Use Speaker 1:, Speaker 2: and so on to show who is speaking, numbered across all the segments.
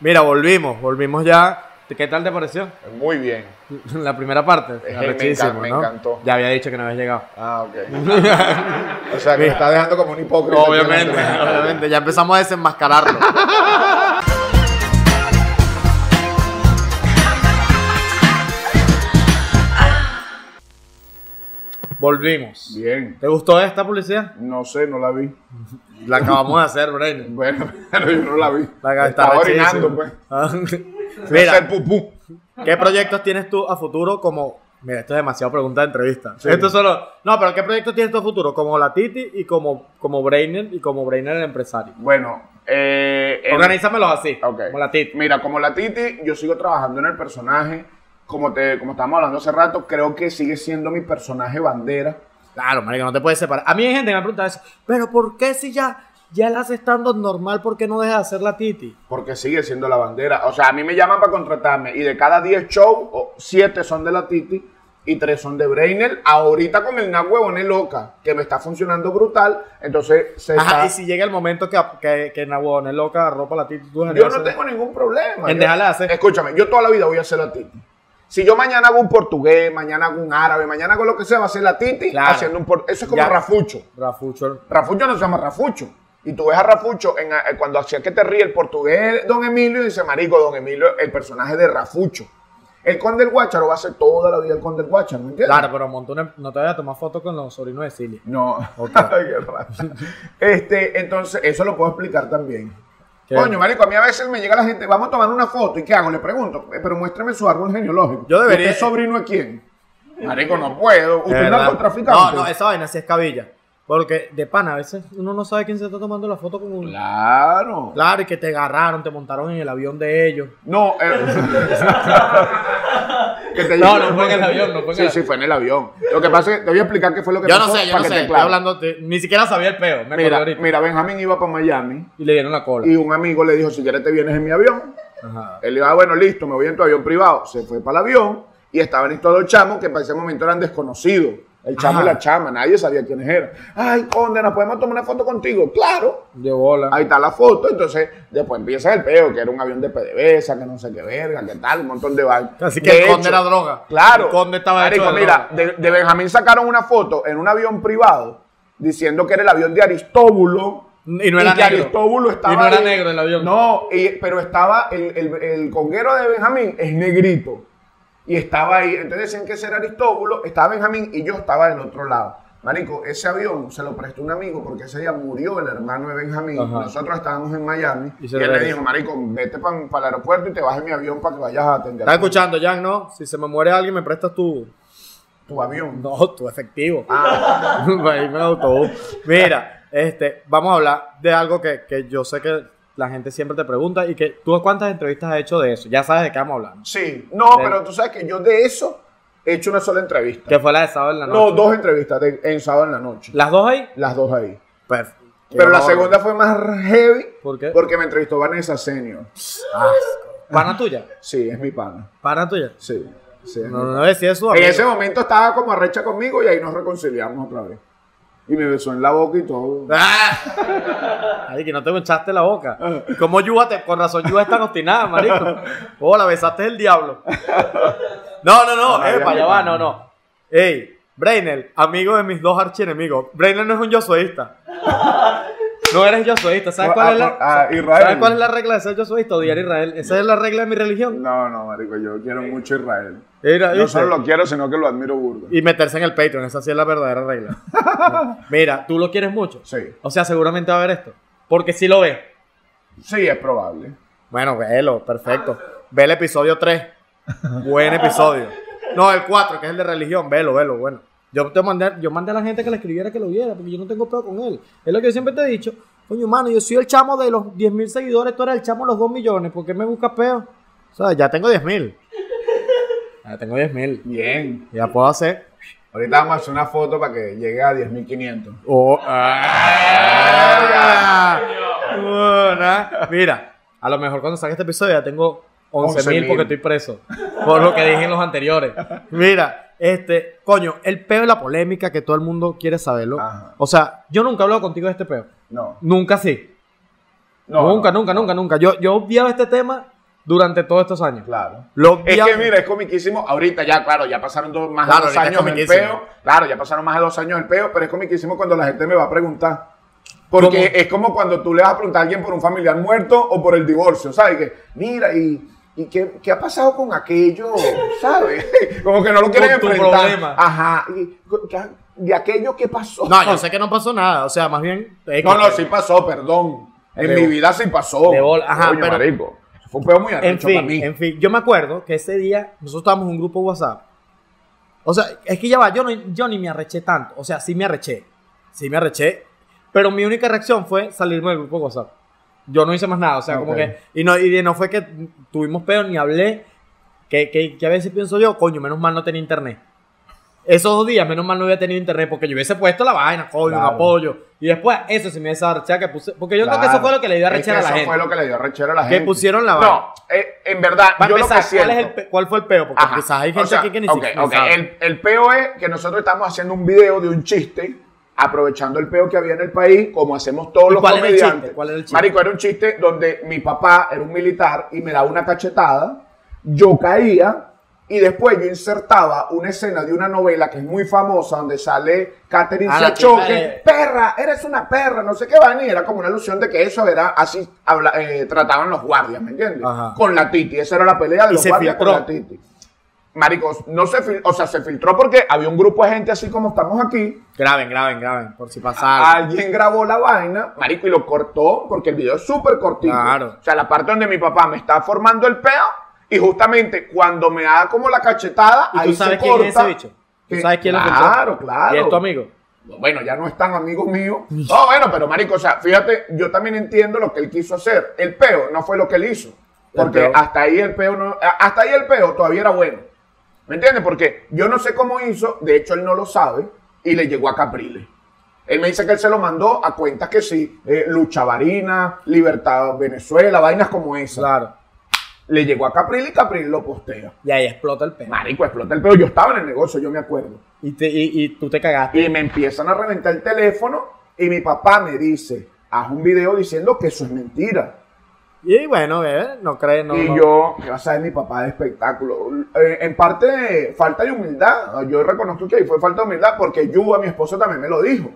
Speaker 1: Mira, volvimos, volvimos ya. ¿Qué tal te pareció?
Speaker 2: Muy bien.
Speaker 1: La primera parte.
Speaker 2: Es que me
Speaker 1: arrechísimo,
Speaker 2: encan- me
Speaker 1: ¿no?
Speaker 2: encantó.
Speaker 1: Ya había dicho que no habías llegado.
Speaker 2: Ah, ok. o sea, que me está dejando como un hipócrita.
Speaker 1: Obviamente, obviamente. Ya empezamos a desenmascararlo. Volvimos.
Speaker 2: Bien.
Speaker 1: ¿Te gustó esta publicidad?
Speaker 2: No sé, no la vi.
Speaker 1: La acabamos de hacer, Brain.
Speaker 2: Bueno, pero yo no la vi.
Speaker 1: La
Speaker 2: Estaba orinando, pues.
Speaker 1: pues. Mira,
Speaker 2: Hacer pupú.
Speaker 1: ¿qué proyectos tienes tú a futuro como... Mira, esto es demasiado pregunta de entrevista. Esto solo... No, pero ¿qué proyectos tienes tú a futuro? Como la Titi y como, como Brainer y como Brainer el empresario.
Speaker 2: Bueno, eh, en-
Speaker 1: Organízamelos así,
Speaker 2: Ok.
Speaker 1: como la Titi.
Speaker 2: Mira, como la Titi, yo sigo trabajando en el personaje. Como, te, como estábamos hablando hace rato, creo que sigue siendo mi personaje bandera.
Speaker 1: Claro, marico, no te puedes separar. A mí hay gente que me pregunta eso, pero ¿por qué si ya, ya la haces stand normal, por qué no dejas de hacer la Titi?
Speaker 2: Porque sigue siendo la bandera. O sea, a mí me llaman para contratarme y de cada 10 shows, 7 son de la Titi y 3 son de Brainer. Ahorita con el Nahuevone Loca, que me está funcionando brutal, entonces se
Speaker 1: Ajá, y
Speaker 2: está...
Speaker 1: si llega el momento que, que, que Nahuón es loca, ropa la Titi, tú
Speaker 2: Yo
Speaker 1: dejarías
Speaker 2: no
Speaker 1: de hacer-
Speaker 2: tengo ningún problema.
Speaker 1: En
Speaker 2: Yo-
Speaker 1: dejarla hacer.
Speaker 2: Escúchame, yo toda la vida voy a hacer la Titi. Si yo mañana hago un portugués, mañana hago un árabe, mañana hago lo que sea, va a ser la Titi
Speaker 1: Claro.
Speaker 2: haciendo un por- Eso es como
Speaker 1: Ya.
Speaker 2: Rafucho.
Speaker 1: Rafucho,
Speaker 2: Rafucho no se llama Rafucho. Y tú ves a Rafucho en- eh, cuando hacía que te ríe el portugués Don Emilio y dice, marico, Don Emilio, el personaje de Rafucho. El conde del Guácharo va a ser toda la vida el conde del Guácharo, ¿me entiendes?
Speaker 1: Claro, pero montó una- no te vayas a tomar fotos con los sobrinos de Silvia.
Speaker 2: No. Qué raro. este, entonces, eso lo puedo explicar también.
Speaker 1: ¿Qué?
Speaker 2: Coño, marico, a mí a veces me llega la gente, vamos a tomar una foto, ¿y qué hago? Le pregunto, "Eh, pero muéstrame su árbol genealógico.
Speaker 1: Yo debería-
Speaker 2: ¿Usted es sobrino de quién? Marico, no puedo.
Speaker 1: De
Speaker 2: ¿Usted es
Speaker 1: verdad.
Speaker 2: narcotraficante?
Speaker 1: Eh, No, no, esa vaina sí es cabilla. Porque de pana, a veces uno no sabe quién se está tomando la foto con un...
Speaker 2: Claro.
Speaker 1: Claro, y que te agarraron, te montaron en el avión de ellos.
Speaker 2: No, eh, que te-
Speaker 1: No, no fue en el avión, no fue en el
Speaker 2: Sí, sí, fue en el avión. Lo que pasa es que te voy a explicar qué fue lo que
Speaker 1: Yo
Speaker 2: pasó.
Speaker 1: no sé, yo no
Speaker 2: para que
Speaker 1: sé.
Speaker 2: te
Speaker 1: Estoy
Speaker 2: aclares.
Speaker 1: hablando, de- ni siquiera sabía el peo. Me acordé
Speaker 2: Mira,
Speaker 1: ahorita.
Speaker 2: mira, Benjamín iba para Miami
Speaker 1: Y le dieron la cola.
Speaker 2: y un amigo le dijo, si quieres te vienes en mi avión.
Speaker 1: Ajá.
Speaker 2: Él dijo, ah, bueno, listo, me voy en tu avión privado. Se fue para el avión y estaban estos dos chamos que para ese momento eran desconocidos. El chamo
Speaker 1: Ajá.
Speaker 2: y la chama, nadie sabía quiénes eran. Ay, conde, ¿nos podemos tomar una foto contigo? Claro.
Speaker 1: De bola.
Speaker 2: Ahí está la foto, entonces después empieza el peo, que era un avión de PDVSA, que no sé qué verga, que tal, un montón de vainas.
Speaker 1: Así que
Speaker 2: De
Speaker 1: el conde
Speaker 2: hecho,
Speaker 1: era droga.
Speaker 2: Claro.
Speaker 1: El conde estaba
Speaker 2: Marico,
Speaker 1: hecho de
Speaker 2: mira, de, de Benjamín sacaron una foto en un avión privado diciendo que era el avión de Aristóbulo.
Speaker 1: Y no era
Speaker 2: que
Speaker 1: negro.
Speaker 2: Aristóbulo estaba
Speaker 1: Y no era
Speaker 2: ahí.
Speaker 1: negro el avión.
Speaker 2: No, y- pero estaba el, el- el conguero de Benjamín es negrito. Y estaba ahí. Entonces decían que ese era Aristóbulo, estaba Benjamín y yo estaba del otro lado. Marico, ese avión se lo prestó un amigo porque ese día murió el hermano de Benjamín.
Speaker 1: Ajá.
Speaker 2: Nosotros estábamos en Miami
Speaker 1: Y
Speaker 2: y,
Speaker 1: se
Speaker 2: él le
Speaker 1: regresó.
Speaker 2: dijo, Marico, vete para el aeropuerto y te bajes en mi avión para que vayas a atender
Speaker 1: ¿Estás escuchando, Jan? No, si se me muere alguien, me prestas tu.
Speaker 2: tu avión.
Speaker 1: No, tu efectivo.
Speaker 2: Ah.
Speaker 1: Para irme en autobús. Mira, este, vamos a hablar de algo que, que yo sé que la gente siempre te pregunta y que tú cuántas entrevistas has hecho de eso. Ya sabes de qué vamos hablando.
Speaker 2: Sí, no,
Speaker 1: Sí.
Speaker 2: pero tú sabes que yo de eso he hecho una sola entrevista.
Speaker 1: Que fue la de sábado en la
Speaker 2: No,
Speaker 1: noche.
Speaker 2: dos entrevistas de- en sábado en la noche.
Speaker 1: ¿Las dos ahí?
Speaker 2: Las dos ahí.
Speaker 1: Pues,
Speaker 2: Pero la
Speaker 1: no,
Speaker 2: segunda fue más heavy
Speaker 1: ¿Por qué? Ah,
Speaker 2: porque me entrevistó Vanessa Senior.
Speaker 1: ¿Pana tuya?
Speaker 2: Sí, es mi pana.
Speaker 1: ¿Pana tuya?
Speaker 2: Sí, sí. es
Speaker 1: No,
Speaker 2: mi
Speaker 1: no, no decía eso.
Speaker 2: pana. En
Speaker 1: amigo.
Speaker 2: ese momento estaba como arrecha conmigo y ahí nos reconciliamos otra vez. Y me besó en la boca y todo.
Speaker 1: ¡Ah! Ay, que no te hinchaste la boca. ¿Cómo Yuba te, con razón Yuba está obstinada, marico? Oh, la besaste el diablo. No, no, no,
Speaker 2: No,
Speaker 1: eh,
Speaker 2: ya
Speaker 1: para
Speaker 2: me
Speaker 1: allá va, no,
Speaker 2: imagino.
Speaker 1: no. Ey, Brainel, amigo de mis dos archienemigos. Brainel no es un yosueísta. No eres yosueísta. ¿Sabes
Speaker 2: Ah,
Speaker 1: cuál es la,
Speaker 2: ah, Israel.
Speaker 1: ¿sabes cuál es la regla de ser yosueísta? Odiar a Israel. Esa es la regla de mi religión.
Speaker 2: No, no, marico, yo quiero mucho a Israel.
Speaker 1: Era,
Speaker 2: No
Speaker 1: ¿viste?
Speaker 2: solo lo quiero, sino que lo admiro burdo.
Speaker 1: Y meterse en el Patreon, esa sí es la verdadera regla. Mira, tú lo quieres mucho.
Speaker 2: Sí.
Speaker 1: O sea, seguramente va a ver esto. Porque si lo ves.
Speaker 2: Sí, es probable.
Speaker 1: Bueno, velo, perfecto. Ve el episodio 3. Buen episodio. No, el 4, que es el de religión. Velo, velo, bueno. Yo te mandé, yo mandé a la gente que le escribiera que lo viera, porque yo no tengo peor con él. Es lo que yo siempre te he dicho. Coño, mano, yo soy el chamo de los 10.000 seguidores, tú eres el chamo de los 2 millones. ¿Por qué me buscas peo? O sea, ya tengo 10.000 Ya tengo 10.000
Speaker 2: Bien.
Speaker 1: Ya puedo hacer.
Speaker 2: Ahorita vamos a hacer una foto para que llegue a 10.500.
Speaker 1: Oh, ah. Buena. Mira, a lo mejor cuando salga este episodio ya tengo 11.000
Speaker 2: 11.000.
Speaker 1: porque estoy preso. Por lo que dije en los anteriores. Mira, este, coño, el peo y la polémica que todo el mundo quiere saberlo.
Speaker 2: Ajá.
Speaker 1: O sea, yo nunca he hablado contigo de este peo.
Speaker 2: No.
Speaker 1: Nunca sí.
Speaker 2: No,
Speaker 1: nunca,
Speaker 2: no.
Speaker 1: nunca, nunca, nunca. Yo, yo obviaba este tema durante todos estos años.
Speaker 2: Claro.
Speaker 1: Lo
Speaker 2: Es
Speaker 1: obviaba-
Speaker 2: que mira, es comiquísimo. Ahorita ya, claro, ya pasaron dos- más
Speaker 1: Claro,
Speaker 2: de dos
Speaker 1: ahorita es
Speaker 2: años el
Speaker 1: comiquísimo.
Speaker 2: peo. Claro, ya pasaron más de dos años el peo, pero es comiquísimo cuando la gente me va a preguntar. Porque
Speaker 1: ¿Cómo?
Speaker 2: es como cuando tú le vas a preguntar a alguien por un familiar muerto o por el divorcio, ¿sabes? Que, mira, ¿y, y qué, qué ha pasado con aquello? ¿Sabes? Como que no lo quieren
Speaker 1: Con tu
Speaker 2: enfrentar.
Speaker 1: problema.
Speaker 2: Ajá. ¿Y, qué- ¿De aquello qué pasó?
Speaker 1: No, yo sé que no pasó nada. O sea, más bien. eh,
Speaker 2: No,
Speaker 1: que-
Speaker 2: no, sí pasó, perdón. En
Speaker 1: De
Speaker 2: mi
Speaker 1: bola.
Speaker 2: vida sí pasó.
Speaker 1: De bola, ajá,
Speaker 2: Coño,
Speaker 1: pero-
Speaker 2: marico. Fue un peo muy
Speaker 1: En
Speaker 2: arrecho para
Speaker 1: fin,
Speaker 2: mí.
Speaker 1: en fin, yo me acuerdo que ese día nosotros estábamos en un grupo WhatsApp. O sea, es que ya va, yo, no, yo ni me arreché tanto. O sea, sí me arreché. Sí me arreché. Pero mi única reacción fue salirme del grupo WhatsApp. Yo no hice más nada. O sea, como
Speaker 2: Ok.
Speaker 1: que. Y no, y no fue que tuvimos pedo ni hablé. Que, que, que a veces pienso yo, coño, menos mal no tenía internet. Esos dos días, menos mal no había tenido internet, porque yo hubiese puesto la vaina, coño,
Speaker 2: Claro.
Speaker 1: un apoyo. Y después, eso sí me desarrechaba que puse. Porque yo creo que
Speaker 2: Claro.
Speaker 1: eso fue lo que le dio a
Speaker 2: Es que
Speaker 1: arrechar a la gente.
Speaker 2: Eso fue lo que le dio arrechera a la
Speaker 1: Que
Speaker 2: gente.
Speaker 1: pusieron la
Speaker 2: No,
Speaker 1: vara.
Speaker 2: eh, en verdad,
Speaker 1: Para
Speaker 2: yo
Speaker 1: empezar,
Speaker 2: lo que siento...
Speaker 1: ¿cuál, es el pe- cuál fue el peo? Porque
Speaker 2: Ajá.
Speaker 1: quizás hay gente
Speaker 2: O sea,
Speaker 1: aquí que ni
Speaker 2: ok,
Speaker 1: siquiera
Speaker 2: ok.
Speaker 1: sabe.
Speaker 2: El, el peo es que nosotros estamos haciendo un video de un chiste, aprovechando el peo que había en el país, como hacemos todos
Speaker 1: ¿Y
Speaker 2: los
Speaker 1: cuál era el
Speaker 2: comediantes.
Speaker 1: chiste? ¿Cuál era el chiste?
Speaker 2: Marico, era un chiste donde mi papá era un militar y me daba una cachetada, yo caía y después yo insertaba una escena de una novela que es muy famosa donde sale Catherine
Speaker 1: Ah, la
Speaker 2: Siachoque,
Speaker 1: tipa de-
Speaker 2: perra, eres una perra, no sé qué va y era como una alusión de que eso era así habla- eh, trataban los guardias, ¿me entiendes?
Speaker 1: Ajá.
Speaker 2: Con la Titi, esa era la pelea de
Speaker 1: Y
Speaker 2: los
Speaker 1: se
Speaker 2: guardias con
Speaker 1: filtró.
Speaker 2: la Titi. Maricos, no se filtró, o sea, se filtró porque había un grupo de gente así como estamos aquí.
Speaker 1: Graben, graben, graben, por si pasa algo.
Speaker 2: Alguien grabó la vaina, marico, y lo cortó porque el video es súper cortito.
Speaker 1: Claro.
Speaker 2: O sea, la parte donde mi papá me está formando el peo y justamente cuando me da como la cachetada,
Speaker 1: ¿Y
Speaker 2: ahí
Speaker 1: tú sabes
Speaker 2: se
Speaker 1: quién
Speaker 2: corta.
Speaker 1: es ese bicho? ¿Tú
Speaker 2: Que-
Speaker 1: sabes quién lo
Speaker 2: Claro, claro.
Speaker 1: ¿Y es tu amigo?
Speaker 2: Bueno, ya no están amigos míos. No, bueno, pero marico, o sea, fíjate, yo también entiendo lo que él quiso hacer. El peo no fue lo que él hizo.
Speaker 1: El
Speaker 2: Porque
Speaker 1: peo.
Speaker 2: hasta ahí el peo no, a- hasta ahí el peo todavía era bueno. ¿Me entiendes? Porque yo no sé cómo hizo, de hecho él no lo sabe, y le llegó a Capriles. Él me dice que él se lo mandó a cuentas que sí, eh, Lucha Varina, Libertad Venezuela, vainas como esa.
Speaker 1: Claro.
Speaker 2: Le llegó a Capriles y Capriles lo postea.
Speaker 1: Y ahí explota el peo.
Speaker 2: Marico, explota el peo. Yo estaba en el negocio, yo me acuerdo.
Speaker 1: Y, te- y, y tú te cagaste.
Speaker 2: Y me empiezan a reventar el teléfono y mi papá me dice, haz un video diciendo que eso es mentira.
Speaker 1: Y bueno, bebé, no crees, no.
Speaker 2: y
Speaker 1: no.
Speaker 2: yo, ¿qué vas a ver mi papá de espectáculo? Eh, en parte, falta de humildad. Yo reconozco que ahí fue falta de humildad porque yo a mi esposo también me lo dijo.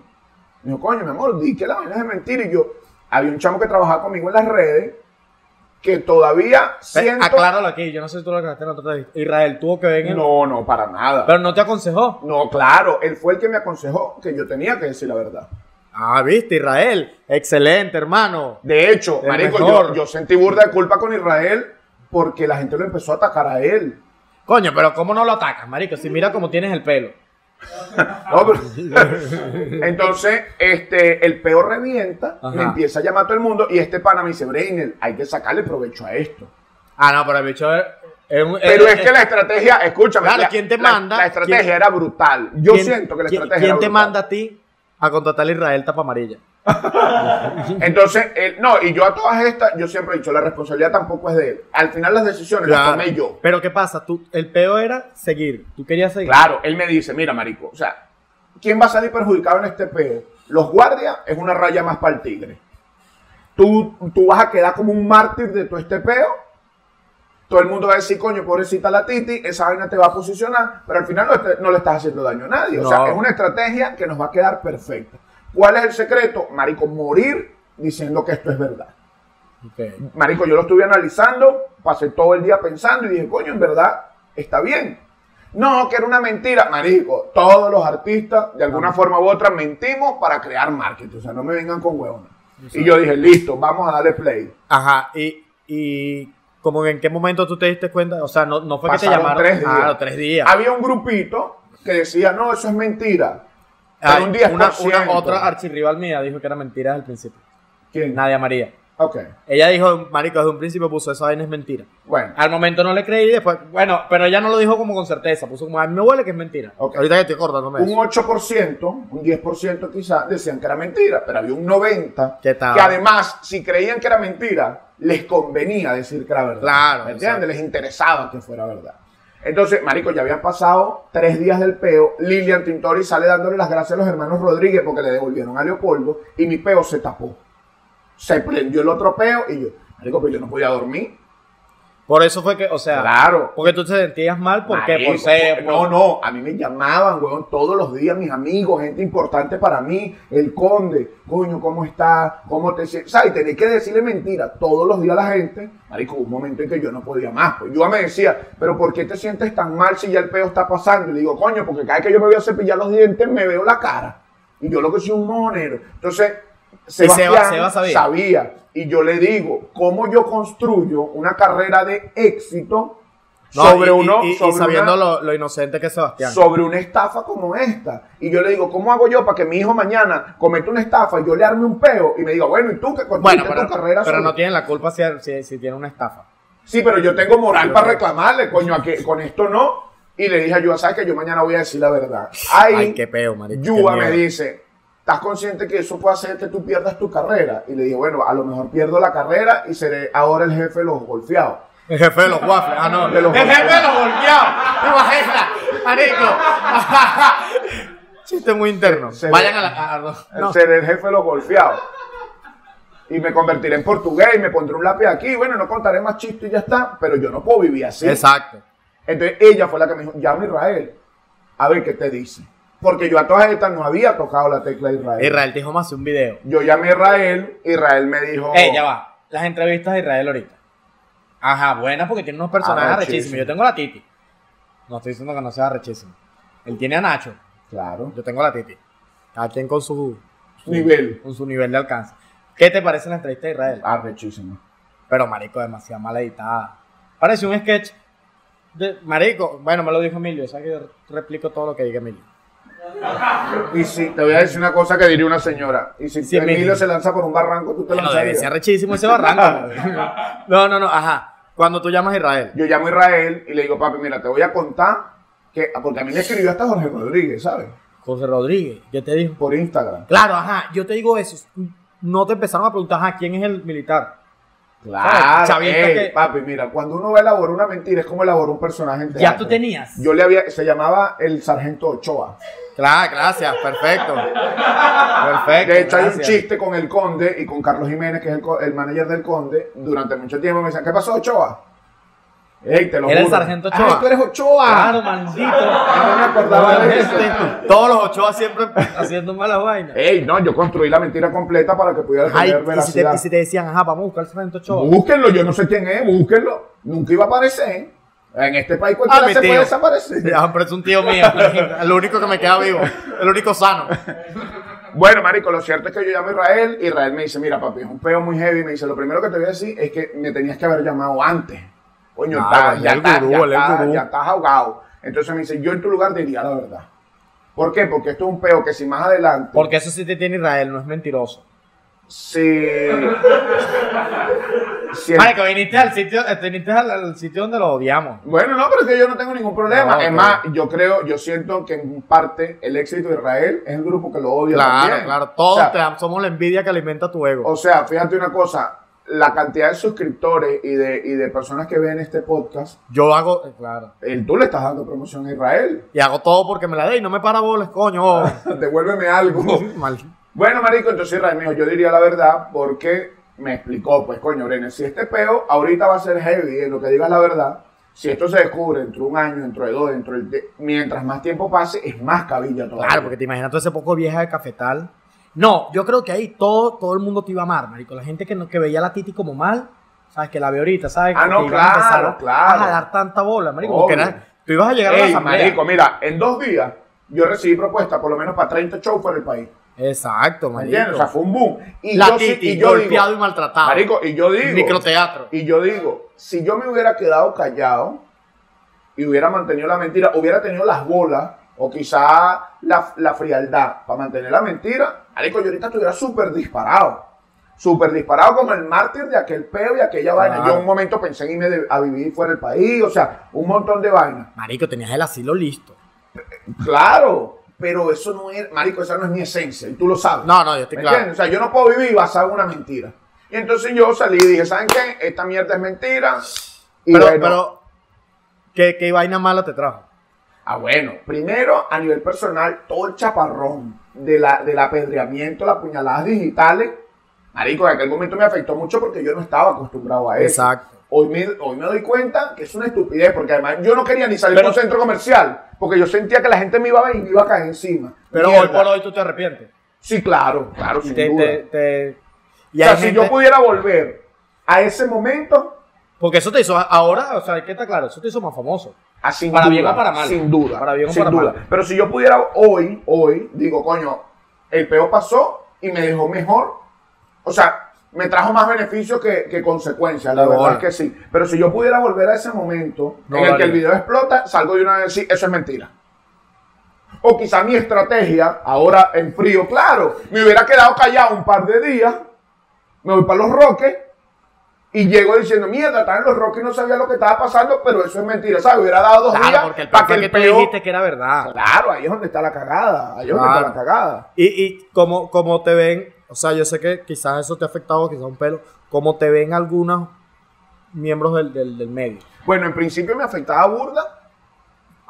Speaker 2: Me dijo, coño, mi amor, di que la vaina es mentira. Y yo, había un chamo que trabajaba conmigo en las redes que todavía
Speaker 1: Ve,
Speaker 2: siento...
Speaker 1: Acláralo aquí, yo no sé si tú lo cagaste en la otra vez. Israel tuvo que ver en el-
Speaker 2: No, no, para nada.
Speaker 1: Pero no te aconsejó.
Speaker 2: No, claro, él fue el que me aconsejó que yo tenía que decir la verdad.
Speaker 1: Ah, viste, Israel. Excelente, hermano.
Speaker 2: De hecho,
Speaker 1: El
Speaker 2: marico,
Speaker 1: mejor.
Speaker 2: yo, yo sentí burda de culpa con Israel porque la gente lo empezó a atacar a él.
Speaker 1: Coño, pero ¿cómo no lo atacas, marico? Si mira cómo tienes el pelo.
Speaker 2: No, pero- Entonces, este, el peor revienta,
Speaker 1: Ajá.
Speaker 2: me empieza a llamar a todo el mundo y este pana me dice, Breiner, hay que sacarle provecho a esto.
Speaker 1: Ah, no, pero el bicho es, es un-
Speaker 2: Pero es que la estrategia, escúchame,
Speaker 1: eh, Claro,
Speaker 2: la,
Speaker 1: ¿quién te
Speaker 2: la-
Speaker 1: manda?
Speaker 2: La, estrategia
Speaker 1: ¿Quién-
Speaker 2: era brutal. Yo
Speaker 1: ¿Quién-
Speaker 2: siento que la
Speaker 1: quién-
Speaker 2: estrategia era
Speaker 1: ¿Quién te
Speaker 2: brutal.
Speaker 1: manda a ti a contratar a Israel tapa amarilla?
Speaker 2: Entonces, él- no, y yo a todas estas, yo siempre he dicho, la responsabilidad tampoco es de él. Al final las decisiones las tomé yo.
Speaker 1: Pero ¿qué pasa? Tú, el peo era seguir. Tú querías seguir.
Speaker 2: Claro, él me dice, mira, marico, o sea, ¿quién va a salir perjudicado en este peo? Los guardias es una raya más para el tigre. Tú, tú vas a quedar como un mártir de todo este peo. Todo el mundo va a decir, coño, pobrecita la Titi, esa vaina te va a posicionar, pero al final no, te- no le estás haciendo daño a nadie. O sea,
Speaker 1: No.
Speaker 2: es una estrategia que nos va a quedar perfecta. ¿Cuál es el secreto? Marico, morir diciendo que esto es verdad.
Speaker 1: Ok.
Speaker 2: Marico, yo lo estuve analizando, pasé todo el día pensando y dije, coño, en verdad, está bien. No, que era una mentira. Marico, todos los artistas, de
Speaker 1: Ah.
Speaker 2: alguna forma u otra, mentimos para crear marketing. O sea, no me vengan con huevones. Y yo dije, listo, vamos a darle play.
Speaker 1: Ajá. Y, y como en qué momento tú te diste cuenta, o sea, no, no fue que te
Speaker 2: Pasaron
Speaker 1: llamaron.
Speaker 2: tres días.
Speaker 1: Claro, tres días.
Speaker 2: Había un grupito que decía, no, eso es mentira. Pero
Speaker 1: Ay,
Speaker 2: un 10%.
Speaker 1: una, una otra archirrival mía dijo que era mentira desde el principio.
Speaker 2: ¿Quién?
Speaker 1: Nadia María.
Speaker 2: Ok,
Speaker 1: Ella dijo, marico, desde un principio puso esa vaina es mentira.
Speaker 2: bueno.
Speaker 1: Al momento no le creí, después, bueno, pero ella no lo dijo como con certeza, puso como, a mí me huele que es mentira.
Speaker 2: Ok.
Speaker 1: Ahorita que estoy cortándome
Speaker 2: Un 8%, un 10% quizás decían que era mentira, pero había un 90%
Speaker 1: ¿Qué tal?
Speaker 2: que además, si creían que era mentira, les convenía decir que era verdad.
Speaker 1: Claro, exacto.
Speaker 2: ¿Me entiendes? Les interesaba que fuera verdad. Entonces, Marico, ya habían pasado tres días del peo. Lilian Tintori sale dándole las gracias a los hermanos Rodríguez porque le devolvieron a Leopoldo y mi peo se tapó. O se prendió el otro peo y yo, marico, pero yo no podía dormir.
Speaker 1: Por eso fue que, o sea,
Speaker 2: Claro.
Speaker 1: porque tú te sentías mal porque
Speaker 2: Marico,
Speaker 1: por ser.
Speaker 2: No, no, a mí me llamaban, weón, todos los días mis amigos, gente importante para mí, el conde, coño, ¿cómo está? ¿Cómo te sientes? O sea, y tenés que decirle mentira todos los días a la gente. Marico, hubo un momento en que yo no podía más, pues yo me decía, pero ¿por qué te sientes tan mal si ya el peo está pasando? Y le digo, coño, porque cada vez que yo me voy a cepillar los dientes me veo la cara. Y yo lo que soy un monero. Entonces,
Speaker 1: Seba-
Speaker 2: Sebastián
Speaker 1: Seba sabía.
Speaker 2: sabía. Y yo le digo, ¿cómo yo construyo una carrera de éxito
Speaker 1: No,
Speaker 2: sobre
Speaker 1: y- y-
Speaker 2: uno,
Speaker 1: y, y
Speaker 2: sobre
Speaker 1: sabiendo
Speaker 2: una-
Speaker 1: lo, lo inocente que es Sebastián.
Speaker 2: sobre una estafa como esta. Y yo le digo, ¿cómo hago yo para que mi hijo mañana cometa una estafa y yo le arme un peo y me diga, bueno, ¿y tú que construiste
Speaker 1: bueno, pero,
Speaker 2: tu carrera?
Speaker 1: pero
Speaker 2: sobre-
Speaker 1: no tienen la culpa si, si, si tiene una estafa.
Speaker 2: Sí, pero yo tengo moral para reclamarle, coño, a que con esto no. Y le dije a Yuba, ¿sabes que Yo mañana voy a decir la verdad. Ahí,
Speaker 1: Ay, qué peo, marico,
Speaker 2: Yuba
Speaker 1: qué
Speaker 2: me
Speaker 1: miedo.
Speaker 2: dice, ¿estás consciente que eso puede hacer que tú pierdas tu carrera? Y le dije, bueno, a lo mejor pierdo la carrera y seré ahora el jefe de los golfeados.
Speaker 1: El jefe de los waffles. Ah, no.
Speaker 2: De los
Speaker 1: el jefe de
Speaker 2: golpeados.
Speaker 1: los golpeados. ¿Te imaginas? Marico. Chiste muy interno.
Speaker 2: Se- se
Speaker 1: Vayan
Speaker 2: ve.
Speaker 1: a la. a- a- no.
Speaker 2: Seré el jefe de los golfeados. Y me convertiré en portugués y me pondré un lápiz aquí. Bueno, no contaré más chistes y ya está. Pero yo no puedo vivir así.
Speaker 1: Exacto.
Speaker 2: Entonces ella fue la que me dijo, llama a Israel. A ver qué te dice. Porque yo a todas estas no había tocado la tecla de Israel.
Speaker 1: Israel te dijo más un video.
Speaker 2: Yo llamé a Israel. Israel me dijo...
Speaker 1: Eh, ya va. Las entrevistas de Israel ahorita. Ajá, buenas porque tiene unos personajes
Speaker 2: Arrechísimo.
Speaker 1: arrechísimos. Yo tengo a la Titi. No estoy diciendo que no sea arrechísimo. Él tiene a Nacho.
Speaker 2: Claro.
Speaker 1: Yo tengo a la Titi. Cada quien con su,
Speaker 2: Nivel.
Speaker 1: con su nivel de alcance. ¿Qué te parece la entrevista de Israel?
Speaker 2: Arrechísimo.
Speaker 1: Pero, marico, demasiado mal editada. Parece un sketch. de- marico, bueno, me lo dijo Emilio. ¿Sabes que yo replico todo lo que diga Emilio?
Speaker 2: Y si, te voy a decir una cosa que diría una señora. Y si
Speaker 1: Sí,
Speaker 2: Emilio
Speaker 1: mira.
Speaker 2: se lanza por un barranco, tú te
Speaker 1: Bueno, debe ser
Speaker 2: lanzarías.
Speaker 1: rechísimo ese barranco. no, no, no, ajá. Cuando tú llamas a Israel.
Speaker 2: Yo llamo a Israel y le digo, papi, mira, te voy a contar que... Porque a mí me escribió hasta Jorge Rodríguez, ¿sabes?
Speaker 1: José Rodríguez, yo te dijo.
Speaker 2: Por Instagram.
Speaker 1: Claro, ajá, yo te digo eso. No te empezaron a preguntar, ajá, ¿quién es el militar?
Speaker 2: Claro,
Speaker 1: Chavista
Speaker 2: ey,
Speaker 1: que-
Speaker 2: papi, mira, cuando uno va a elaborar una mentira es como elaborar un personaje en
Speaker 1: Ya
Speaker 2: teatro.
Speaker 1: tú tenías.
Speaker 2: Yo le había, se llamaba el sargento Ochoa.
Speaker 1: Claro, gracias, perfecto. Perfecto.
Speaker 2: De hecho, hay un
Speaker 1: gracias.
Speaker 2: chiste con el conde y con Carlos Jiménez, que es el, co- el manager del conde, durante mucho tiempo me decían, ¿qué pasó Ochoa? Ey, te lo
Speaker 1: Era el
Speaker 2: juro.
Speaker 1: sargento Ochoa.
Speaker 2: Ah, tú eres Ochoa.
Speaker 1: Claro, maldito.
Speaker 2: No me acordaba de eso.
Speaker 1: Obviamente, Todos los ochoas siempre haciendo malas vainas.
Speaker 2: este. Ey, no, yo construí la mentira completa para que pudiera
Speaker 1: Ay,
Speaker 2: tener
Speaker 1: y si, te,
Speaker 2: veracidad.
Speaker 1: y si te decían, ajá, vamos a buscar el sargento Ochoa.
Speaker 2: Búsquenlo, yo no sé quién es, búsquenlo. Nunca iba a aparecer. En este país cualquiera
Speaker 1: Ah, mi
Speaker 2: se puede
Speaker 1: tío.
Speaker 2: desaparecer.
Speaker 1: Ya, pero es un tío mío, el único que me queda vivo, el único sano.
Speaker 2: Bueno, marico, lo cierto es que yo llamo a Israel. Israel me dice, mira, papi, es un peo muy heavy. Me dice, lo primero que te voy a decir es que me tenías que haber llamado antes. Coño,
Speaker 1: Claro,
Speaker 2: está-
Speaker 1: él
Speaker 2: ya,
Speaker 1: es el
Speaker 2: está-
Speaker 1: gurú,
Speaker 2: ya
Speaker 1: él es el
Speaker 2: está-
Speaker 1: gurú.
Speaker 2: ya estás ahogado. Entonces me dice, yo en tu lugar diría la verdad. ¿Por qué? Porque esto es un peo que si más adelante...
Speaker 1: Porque eso sí te tiene Israel, no es mentiroso.
Speaker 2: Si... si-
Speaker 1: Vale, que viniste al sitio, eh, viniste al, al sitio donde lo odiamos.
Speaker 2: Bueno, no, pero es que yo no tengo ningún problema.
Speaker 1: No,
Speaker 2: es
Speaker 1: ok.
Speaker 2: más, yo creo, yo siento que en parte el éxito de Israel es el grupo que lo odia
Speaker 1: Claro,
Speaker 2: también.
Speaker 1: claro, todos
Speaker 2: O sea, Oh.
Speaker 1: te am- somos la envidia que alimenta tu ego.
Speaker 2: O sea, fíjate una cosa, la cantidad de suscriptores y de, y de personas que ven este podcast,
Speaker 1: Yo hago, eh, claro,
Speaker 2: eh, tú le estás dando promoción a Israel.
Speaker 1: y hago todo porque me la dé y no me para bolas, coño. Oh.
Speaker 2: Devuélveme algo.
Speaker 1: Mal.
Speaker 2: bueno, marico, entonces Israel me dijo, yo diría la verdad porque me explicó, pues coño, René, si este peo ahorita va a ser heavy, en lo que digas la verdad, si esto se descubre dentro de un año, dentro de dos, dentro de... de- mientras más tiempo pase, es más cabilla todavía.
Speaker 1: Claro, porque te imaginas todo ese poco vieja de cafetal. No, yo creo que ahí todo, todo el mundo te iba a amar, marico. La gente que, no, que veía a la Titi como mal, sabes, que la ve ahorita, sabes,
Speaker 2: Ah,
Speaker 1: que
Speaker 2: no,
Speaker 1: te iban a empezar
Speaker 2: claro,
Speaker 1: a-
Speaker 2: claro.
Speaker 1: a dar tanta bola, marico. como que
Speaker 2: Obvio.
Speaker 1: era- tú ibas a llegar a la
Speaker 2: Ey,
Speaker 1: asamblea.
Speaker 2: marico, mira, en dos días yo recibí propuestas por lo menos para 30 shows fuera del país.
Speaker 1: Exacto,
Speaker 2: ¿Me
Speaker 1: marico.
Speaker 2: entiendes? O sea, fue un boom. Y
Speaker 1: la
Speaker 2: yo, sí-
Speaker 1: Titi,
Speaker 2: y yo
Speaker 1: golpeado
Speaker 2: digo,
Speaker 1: y maltratado.
Speaker 2: marico, y yo digo,
Speaker 1: Microteatro.
Speaker 2: y yo digo, si yo me hubiera quedado callado y hubiera mantenido la mentira, hubiera tenido las bolas o quizá la, la frialdad para mantener la mentira, marico, yo ahorita estuviera súper disparado. Súper disparado como el mártir de aquel peo y aquella vaina.
Speaker 1: Claro.
Speaker 2: Yo un momento pensé en irme de- a vivir fuera del país, o sea, un montón de vainas.
Speaker 1: Marico, tenías el asilo listo.
Speaker 2: Claro, pero eso no es, marico, esa no es mi esencia, y tú lo sabes.
Speaker 1: No, no, yo estoy
Speaker 2: ¿Me
Speaker 1: claro.
Speaker 2: entiendes? O sea, yo no puedo vivir basado en una mentira. Y entonces yo salí y dije, ¿saben qué? Esta mierda es mentira. Y
Speaker 1: Pero,
Speaker 2: bueno,
Speaker 1: pero ¿qué, ¿qué vaina mala te trajo?
Speaker 2: ah, bueno. Primero, a nivel personal, todo el chaparrón de la, del apedreamiento, las puñaladas digitales, Marico, en aquel momento me afectó mucho porque yo no estaba acostumbrado a eso.
Speaker 1: Exacto.
Speaker 2: Hoy me, hoy me doy cuenta que es una estupidez, porque además yo no quería ni salir
Speaker 1: Pero-
Speaker 2: de un centro comercial, porque yo sentía que la gente me iba a ver y me iba a caer encima.
Speaker 1: Pero hoy
Speaker 2: Mierda.
Speaker 1: por hoy tú te arrepientes.
Speaker 2: Sí, claro, claro, sin
Speaker 1: Te-
Speaker 2: duda.
Speaker 1: te- te- y
Speaker 2: o sea,
Speaker 1: hay
Speaker 2: si
Speaker 1: gente-
Speaker 2: yo pudiera volver a ese momento,
Speaker 1: Porque eso te hizo, ahora, o sea, hay que está claro, eso te hizo más famoso.
Speaker 2: Ah, sin
Speaker 1: Para
Speaker 2: duda,
Speaker 1: bien o para mal.
Speaker 2: Sin duda.
Speaker 1: Para bien o
Speaker 2: sin
Speaker 1: para
Speaker 2: duda.
Speaker 1: mal.
Speaker 2: Pero si yo pudiera hoy, hoy, digo, coño, el peor pasó y me dejó mejor. O sea, me trajo más beneficios que, que consecuencias, la
Speaker 1: De
Speaker 2: verdad
Speaker 1: bola.
Speaker 2: es que sí. Pero si yo pudiera volver a ese momento
Speaker 1: No,
Speaker 2: en el que
Speaker 1: vale.
Speaker 2: el video explota, salgo de una vez y decir, eso es mentira. O quizá mi estrategia, ahora en frío, claro, me hubiera quedado callado un par de días, me voy para los roques y llego diciendo, mierda, estaba en los roques y no sabía lo que estaba pasando, pero eso es mentira, ¿sabes? Hubiera dado dos días
Speaker 1: Claro, porque el
Speaker 2: para
Speaker 1: peor
Speaker 2: que
Speaker 1: fue
Speaker 2: el
Speaker 1: que tú
Speaker 2: peo-
Speaker 1: dijiste que era verdad.
Speaker 2: Claro, ahí es donde está la cagada, ahí es donde
Speaker 1: Claro.
Speaker 2: está la cagada.
Speaker 1: Y, y como, como te ven, o sea, yo sé que quizás eso te ha afectado, quizás un pelo, como te ven algunos miembros del, del, del medio.
Speaker 2: Bueno, en principio me afectaba burda,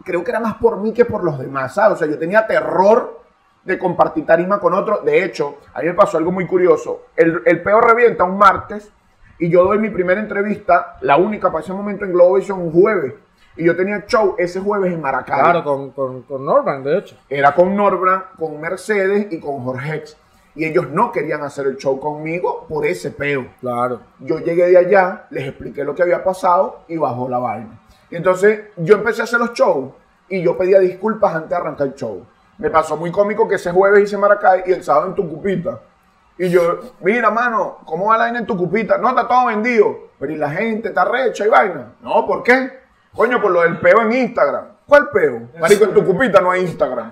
Speaker 2: creo que era más por mí que por los demás, ¿sabes? O sea, yo tenía terror de compartir tarima con otro. De hecho, a mí me pasó algo muy curioso. El, el peo revienta un martes y yo doy mi primera entrevista, la única para ese momento en Globovisión, un jueves. Y yo tenía show ese jueves en Maracay.
Speaker 1: Claro, con, con, con Norman, de hecho.
Speaker 2: era con Norbran, con Mercedes y con Jorge X. Y ellos no querían hacer el show conmigo por ese peo.
Speaker 1: Claro.
Speaker 2: Yo llegué de allá, les expliqué lo que había pasado y bajó la vaina. Y entonces yo empecé a hacer los shows y yo pedía disculpas antes de arrancar el show. Me pasó muy cómico que ese jueves hice Maracay y el sábado en Tucupita. Y yo, mira, mano, ¿cómo va la vaina en Tucupita? No, está todo vendido. Pero ¿y la gente está recha y vaina? No, ¿por qué? Coño, por lo del peo en Instagram. ¿Cuál peo? Marico, en Tucupita no hay Instagram.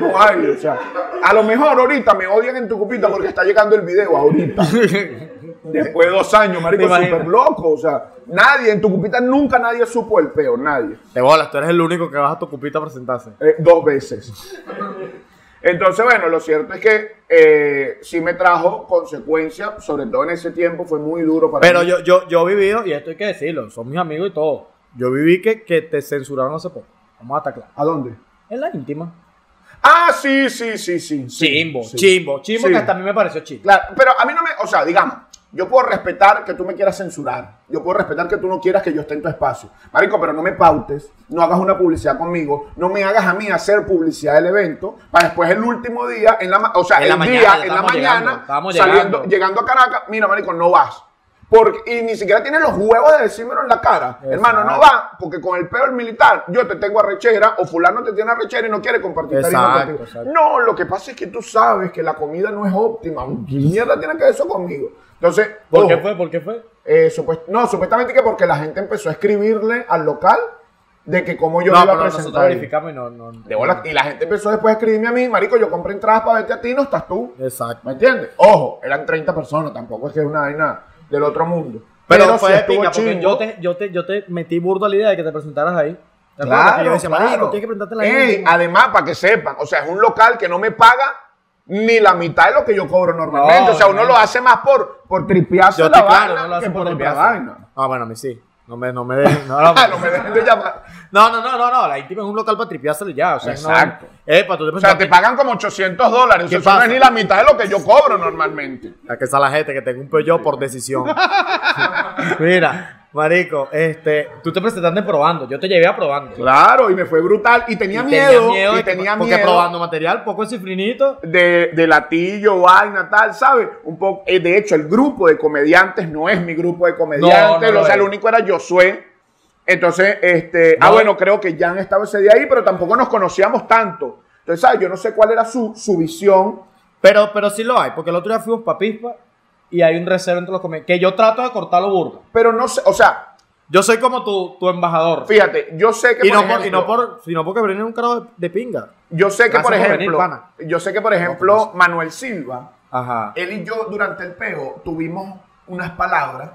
Speaker 2: No hay, o sea. A lo mejor ahorita me odian en Tucupita porque está llegando el video ahorita. Después de dos años, marico,
Speaker 1: ¿Te imaginas?
Speaker 2: súper loco. O sea, nadie en tu cupita nunca nadie supo el peo, nadie.
Speaker 1: Te bolas, tú eres el único que vas a tu cupita a presentarse.
Speaker 2: Eh, dos veces. Entonces, bueno, lo cierto es que eh, sí me trajo consecuencias, sobre todo en ese tiempo, fue muy duro para
Speaker 1: Pero
Speaker 2: mí.
Speaker 1: yo, yo, yo he vivido, y esto hay que decirlo, son mis amigos y todo. Yo viví que, que te censuraron hace poco. Vamos a estar claros.
Speaker 2: ¿A dónde?
Speaker 1: En la íntima.
Speaker 2: Ah, sí, sí, sí, sí. sí,
Speaker 1: Chimbo,
Speaker 2: sí.
Speaker 1: chimbo, chimbo,
Speaker 2: Sí.
Speaker 1: que hasta a mí me pareció chimbo.
Speaker 2: Claro, pero a mí no me, o sea, digamos, yo puedo respetar que tú me quieras censurar, yo puedo respetar que tú no quieras que yo esté en tu espacio. Marico, pero no me pautes, no hagas una publicidad conmigo, no me hagas a mí hacer publicidad del evento, para después el último día, en la, ma- o sea,
Speaker 1: En
Speaker 2: el
Speaker 1: la mañana,
Speaker 2: día,
Speaker 1: ya
Speaker 2: en la
Speaker 1: estamos llegando,
Speaker 2: mañana,
Speaker 1: estamos
Speaker 2: saliendo,
Speaker 1: llegando.
Speaker 2: llegando a Caracas, mira, marico, no vas. Porque, y ni siquiera tienes los huevos de decírmelo en la cara. Hermano, no va, porque con el peor militar, yo te tengo arrechera, o fulano te tiene arrechera y no quiere compartir tarima
Speaker 1: Exacto,
Speaker 2: contigo.
Speaker 1: exacto.
Speaker 2: No, lo que pasa es que tú sabes que la comida no es óptima. ¿Qué mierda tiene que ver eso conmigo? Entonces,
Speaker 1: ¿Por qué
Speaker 2: ojo,
Speaker 1: fue? ¿Por qué fue?
Speaker 2: eh, supuest- no, supuestamente que porque la gente empezó a escribirle al local de que cómo yo
Speaker 1: no,
Speaker 2: me iba
Speaker 1: pero
Speaker 2: a
Speaker 1: nosotros
Speaker 2: presentar. ahí.
Speaker 1: verificamos y no. no
Speaker 2: De bola, y la gente empezó después a escribirme a mí, marico, yo compré entradas para verte a ti, no estás tú.
Speaker 1: Exacto.
Speaker 2: ¿Me entiendes? Ojo, eran 30 personas, tampoco es que es una vaina del otro mundo.
Speaker 1: Pero, fue
Speaker 2: sí
Speaker 1: de
Speaker 2: estuvo
Speaker 1: pinga, porque
Speaker 2: chingo.
Speaker 1: yo te, yo, te, yo te metí burdo a la idea de que te presentaras ahí. ¿Te acuerdas
Speaker 2: Claro,
Speaker 1: que yo decía,
Speaker 2: claro.
Speaker 1: "Marico, tienes que presentarte en la
Speaker 2: Ey,
Speaker 1: íntima"?
Speaker 2: además, para que sepan, o sea, es un local que no me paga ni la mitad de lo que yo cobro normalmente.
Speaker 1: No,
Speaker 2: o sea, uno
Speaker 1: no.
Speaker 2: lo hace más por, por tripearse
Speaker 1: Yo
Speaker 2: la
Speaker 1: estoy claro, no
Speaker 2: vaina
Speaker 1: lo
Speaker 2: que
Speaker 1: hacen
Speaker 2: por
Speaker 1: por
Speaker 2: otra
Speaker 1: limpieza.
Speaker 2: vaina.
Speaker 1: Ah, bueno, a mí sí. No me, no me dejen. No, no,
Speaker 2: Ah, no me dejen de llamar.
Speaker 1: no, no, no, no, no, La íntima es un local para tripiárselo y ya. O sea, es una vaina.
Speaker 2: Exacto.
Speaker 1: Epa, tú te
Speaker 2: O sea, te
Speaker 1: presentaste.
Speaker 2: pagan como 800 dólares. O sea,
Speaker 1: ¿Qué
Speaker 2: eso no
Speaker 1: pasa?
Speaker 2: es ni la mitad de lo que yo cobro normalmente.
Speaker 1: Aquí está la gente que tengo un pello por decisión. Mira, marico, este, tú te presentaste probando. Yo te llevé a probando.
Speaker 2: Claro, y me fue brutal. Y tenía
Speaker 1: Y
Speaker 2: miedo.
Speaker 1: tenía miedo
Speaker 2: y
Speaker 1: de que-
Speaker 2: tenía
Speaker 1: porque
Speaker 2: miedo.
Speaker 1: probando material, poco cifrinito.
Speaker 2: de, de latillo, vaina, tal, ¿sabes? Un poco, eh, de hecho, el grupo de comediantes no es mi grupo de
Speaker 1: No,
Speaker 2: comediantes,
Speaker 1: no lo
Speaker 2: o sea,
Speaker 1: es.
Speaker 2: el único era Josué. Entonces, este, ah,
Speaker 1: No.
Speaker 2: bueno, creo que Jan estaba ese día ahí, pero tampoco nos conocíamos tanto. Entonces, ¿sabes? Yo no sé cuál era su, su visión.
Speaker 1: Pero, pero sí lo hay, porque el otro día fuimos para Pispa y hay un reserva entre los comediantes. Que yo trato de cortarlo burdo.
Speaker 2: Pero no sé, o sea,
Speaker 1: Yo soy como tu, tu embajador.
Speaker 2: fíjate, yo sé que
Speaker 1: Y no, por, y
Speaker 2: ejemplo,
Speaker 1: no por, sino porque Brenner es un carajo de, de pinga.
Speaker 2: yo sé que
Speaker 1: Gracias
Speaker 2: por
Speaker 1: por venir,
Speaker 2: ejemplo,
Speaker 1: pana. pues.
Speaker 2: yo sé que por ejemplo, Manuel Silva,
Speaker 1: Ajá.
Speaker 2: él y yo durante el peo tuvimos unas palabras